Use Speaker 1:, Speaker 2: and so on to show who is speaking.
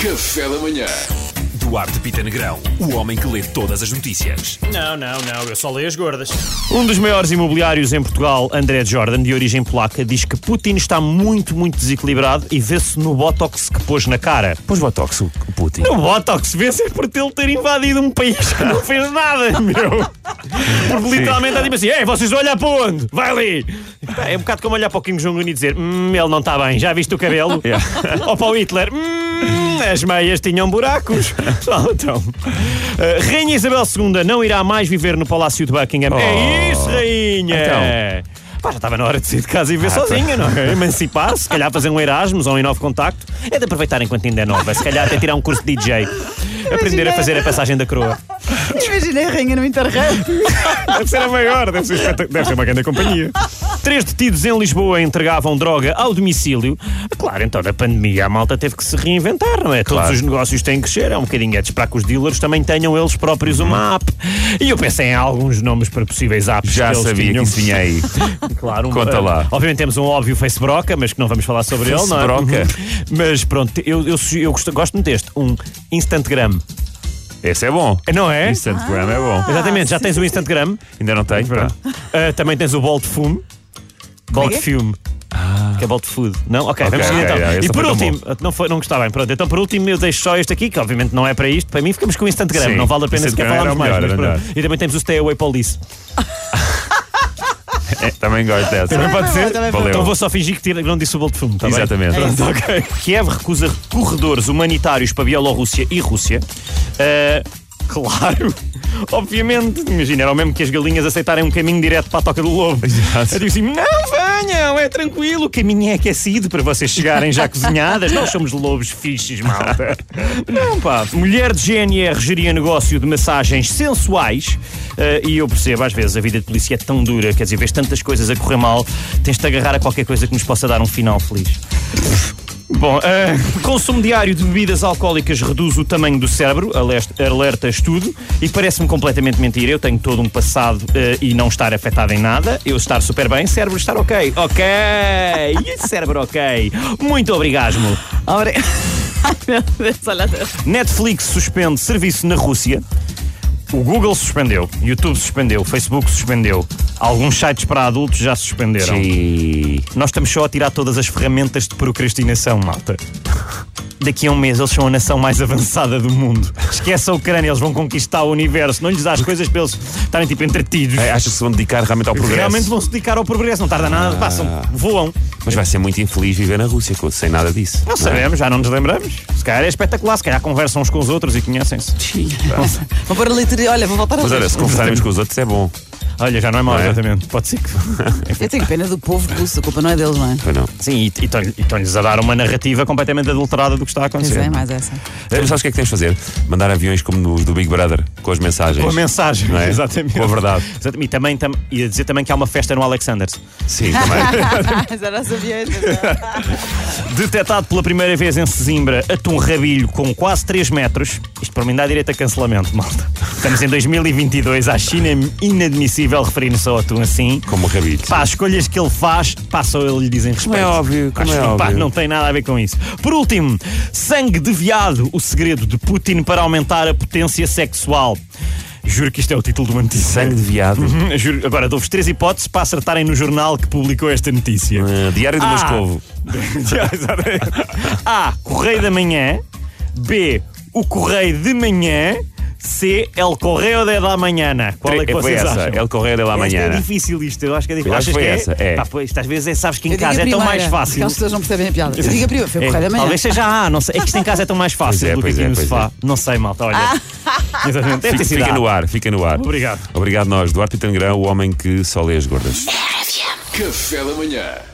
Speaker 1: Café da manhã.
Speaker 2: Duarte Pita Negrão, o homem que lê todas as notícias.
Speaker 3: Não, não, não, eu só leio as gordas.
Speaker 4: Um dos maiores imobiliários em Portugal, André Jordan, de origem polaca, diz que Putin está muito, muito desequilibrado e vê-se no botox que pôs na cara.
Speaker 2: Pois Botox, o Putin.
Speaker 4: No botox vê-se é por ele ter invadido um país que não fez nada, meu. Porque literalmente é tipo assim: Ei, vocês vão olhar para onde? Vai ali! Pá, É um bocado como olhar para o Kim Jong-un e dizer: Hum, ele não está bem, já viste o cabelo? Ou para o Hitler: Hum, as meias tinham buracos. Pessoal, então. uh, Rainha Isabel II não irá mais viver no Palácio de Buckingham. É isso, Rainha! Pá, já estava na hora de sair de casa e viver sozinha, não é? Emancipar-se, se calhar fazer um Erasmus ou um novo contacto. É de aproveitar enquanto ainda é nova. Se calhar até tirar um curso de DJ. Aprender a fazer a passagem da coroa.
Speaker 5: Imaginei a rainha no Interrail.
Speaker 4: Deve ser a maior, deve ser, uma grande companhia. Três detidos em Lisboa entregavam droga ao domicílio. Claro, então na pandemia a malta teve que se reinventar, não é? Todos os negócios têm que crescer, é um bocadinho é de esperar que os dealers também tenham eles próprios uma app. E eu pensei em alguns nomes para possíveis apps
Speaker 2: Uhum. Já
Speaker 4: que eles
Speaker 2: sabia que
Speaker 4: tinham.
Speaker 2: isso vinha aí.
Speaker 4: Claro, um-
Speaker 2: Conta lá.
Speaker 4: Obviamente temos um óbvio face broca, mas que não vamos falar sobre ele, não é?
Speaker 2: Facebroca.
Speaker 4: Mas pronto, eu, eu, eu gosto, gosto muito deste, um Instantgram.
Speaker 2: Esse é bom.
Speaker 4: Não é?
Speaker 2: Instagram é bom.
Speaker 4: Exatamente, já tens o Instantgram.
Speaker 2: Ainda não tenho, pá.
Speaker 4: Ah, também tens o bol de fume. Bol de fume. Que é bol de food. Não? Ok, vamos seguir
Speaker 2: é? Ah. ok,
Speaker 4: então.
Speaker 2: ok, esse
Speaker 4: e por
Speaker 2: foi tão
Speaker 4: último, não, foi, não gostava bem, pronto. Então por último eu deixo só este aqui, que obviamente não é para isto. Para mim ficamos com o Instagram,
Speaker 2: Sim,
Speaker 4: não vale a pena sequer
Speaker 2: Instagram era
Speaker 4: falarmos
Speaker 2: o
Speaker 4: mais.
Speaker 2: melhor,
Speaker 4: mas
Speaker 2: era
Speaker 4: pronto. E também temos o Stay Away Police.
Speaker 2: É, também gosto dessa.
Speaker 4: Também pode ser?
Speaker 5: também
Speaker 2: Valeu.
Speaker 4: Então vou só fingir que tira- não disse o bolo de fumo, tá bem?
Speaker 2: Exatamente.
Speaker 4: Pronto, ok. Kiev recusa corredores humanitários para Bielorrússia e Rússia. Ah, claro. Obviamente, imagina, era o mesmo que as galinhas aceitarem um caminho direto para a toca do lobo. Eu digo assim: não venham, é tranquilo, o caminho é aquecido para vocês chegarem já cozinhadas. Nós somos lobos fixes, malta. Não, pá. Mulher de GNR geria negócio de massagens sensuais. eh, e eu percebo, às vezes, a vida de polícia é tão dura, quer dizer, vês tantas coisas a correr mal, tens de agarrar a qualquer coisa que nos possa dar um final feliz. Bom, eh, consumo diário de bebidas alcoólicas reduz o tamanho do cérebro, alest- alerta estudo, e parece-me completamente mentira. Eu tenho todo um passado eh, e não estar afetado em nada, eu estar super bem, cérebro estar ok. Ok! Cérebro ok! Muito obrigado!
Speaker 5: Ora... Ai, meu Deus, olha.
Speaker 4: Netflix suspende serviço na Rússia. O Google suspendeu, YouTube suspendeu, Facebook suspendeu, alguns sites para adultos já suspenderam. Nós estamos só a tirar todas as ferramentas de procrastinação, malta. Daqui a um mês eles são a nação mais avançada do mundo. Esqueça a Ucrânia, eles vão conquistar o universo. Não lhes dá as coisas para eles estarem tipo entretidos.
Speaker 2: É, Achas que se vão dedicar realmente ao progresso? Ah.
Speaker 4: Realmente vão se dedicar ao progresso, não tarda nada, passam, voam.
Speaker 2: Mas vai ser muito infeliz viver na Rússia, co- sem nada disso.
Speaker 4: Não sabemos, já não nos lembramos. Se calhar é espetacular, se calhar conversam uns com os outros e conhecem-se.
Speaker 2: Sim, pá.
Speaker 5: Vou pôr a letra. Olha, vou voltar a
Speaker 2: Mas olha,
Speaker 5: ler.
Speaker 2: se conversarmos com os outros é bom.
Speaker 4: Olha, já não é mau,
Speaker 2: Não é?
Speaker 4: exatamente. Pode ser que.
Speaker 5: Eu tenho pena do povo russo, a culpa não é deles, não é?
Speaker 2: Ou não?
Speaker 4: Sim, e e estão-lhe- e estão-lhes a dar uma narrativa completamente adulterada do que está a
Speaker 5: Pois
Speaker 4: acontecer.
Speaker 5: é, mais essa.
Speaker 2: Mas sabes o que é que tens de fazer? Mandar aviões como nos do Big Brother, com as mensagens.
Speaker 4: Com a mensagem,
Speaker 2: Não é?
Speaker 4: exatamente.
Speaker 2: Com a verdade.
Speaker 4: Exatamente. E também tam, ia dizer também que há uma festa no Alexanders.
Speaker 2: Sim, também.
Speaker 5: Mas era a é sabieta.
Speaker 4: Detetado pela primeira vez em Sesimbra, atum rabilho com quase 3 metros. Isto para mim dá direito a cancelamento, malta. Estamos em 2022, à China é inadmissível referir-nos ao atum assim.
Speaker 2: como o rabito.
Speaker 4: Pá, as escolhas que ele faz, pá, só ele lhe dizem
Speaker 2: Como
Speaker 4: respeito.
Speaker 2: é óbvio, como
Speaker 4: Acho
Speaker 2: é
Speaker 4: que, pá,
Speaker 2: óbvio.
Speaker 4: não tem nada a ver com isso. Por último, sangue de viado, o segredo de Putin para aumentar a potência sexual. Juro que isto é o título do notícia.
Speaker 2: Sangue de viado.
Speaker 4: Hum, Juro, agora dou-vos três hipóteses para acertarem no jornal que publicou esta notícia.
Speaker 2: Ah, Diário do
Speaker 4: Ah.
Speaker 2: Moscovo.
Speaker 4: Já, exatamente. A. Correio da Manhã. B. O Correio de Manhã. C. El Correio de da Manhã. Qual é que
Speaker 2: Tre- foi
Speaker 4: vocês
Speaker 2: essa.
Speaker 4: acham?
Speaker 2: El Correio de la
Speaker 4: Esta É
Speaker 2: Manhã.
Speaker 4: difícil isto, eu acho que é
Speaker 2: né? Eu
Speaker 4: difícil.
Speaker 2: acho
Speaker 4: Achas
Speaker 2: que
Speaker 4: que
Speaker 2: foi essa, é.
Speaker 4: Pá, pois, isto às vezes é, sabes que em
Speaker 5: Eu digo a
Speaker 4: casa é tão
Speaker 5: primeira,
Speaker 4: mais
Speaker 5: porque
Speaker 4: fácil.
Speaker 5: Elas pessoas não percebem a piada. Eu digo a primeira, foi
Speaker 4: É,
Speaker 5: correr da manhã.
Speaker 4: talvez seja A, não sei. É que isto em casa é tão mais fácil
Speaker 2: Pois é,
Speaker 4: do que
Speaker 2: pois
Speaker 4: aqui
Speaker 2: é,
Speaker 4: no
Speaker 2: pois
Speaker 4: sofá. Não sei, malta, olha.
Speaker 5: Ah.
Speaker 4: Exatamente. Deve
Speaker 2: Fica,
Speaker 4: ter sido
Speaker 2: fica
Speaker 4: A.
Speaker 2: no ar, fica no ar.
Speaker 4: Obrigado.
Speaker 2: Obrigado nós, Duarte Pitangrão, o homem que só lê as gordas.
Speaker 1: Café da manhã.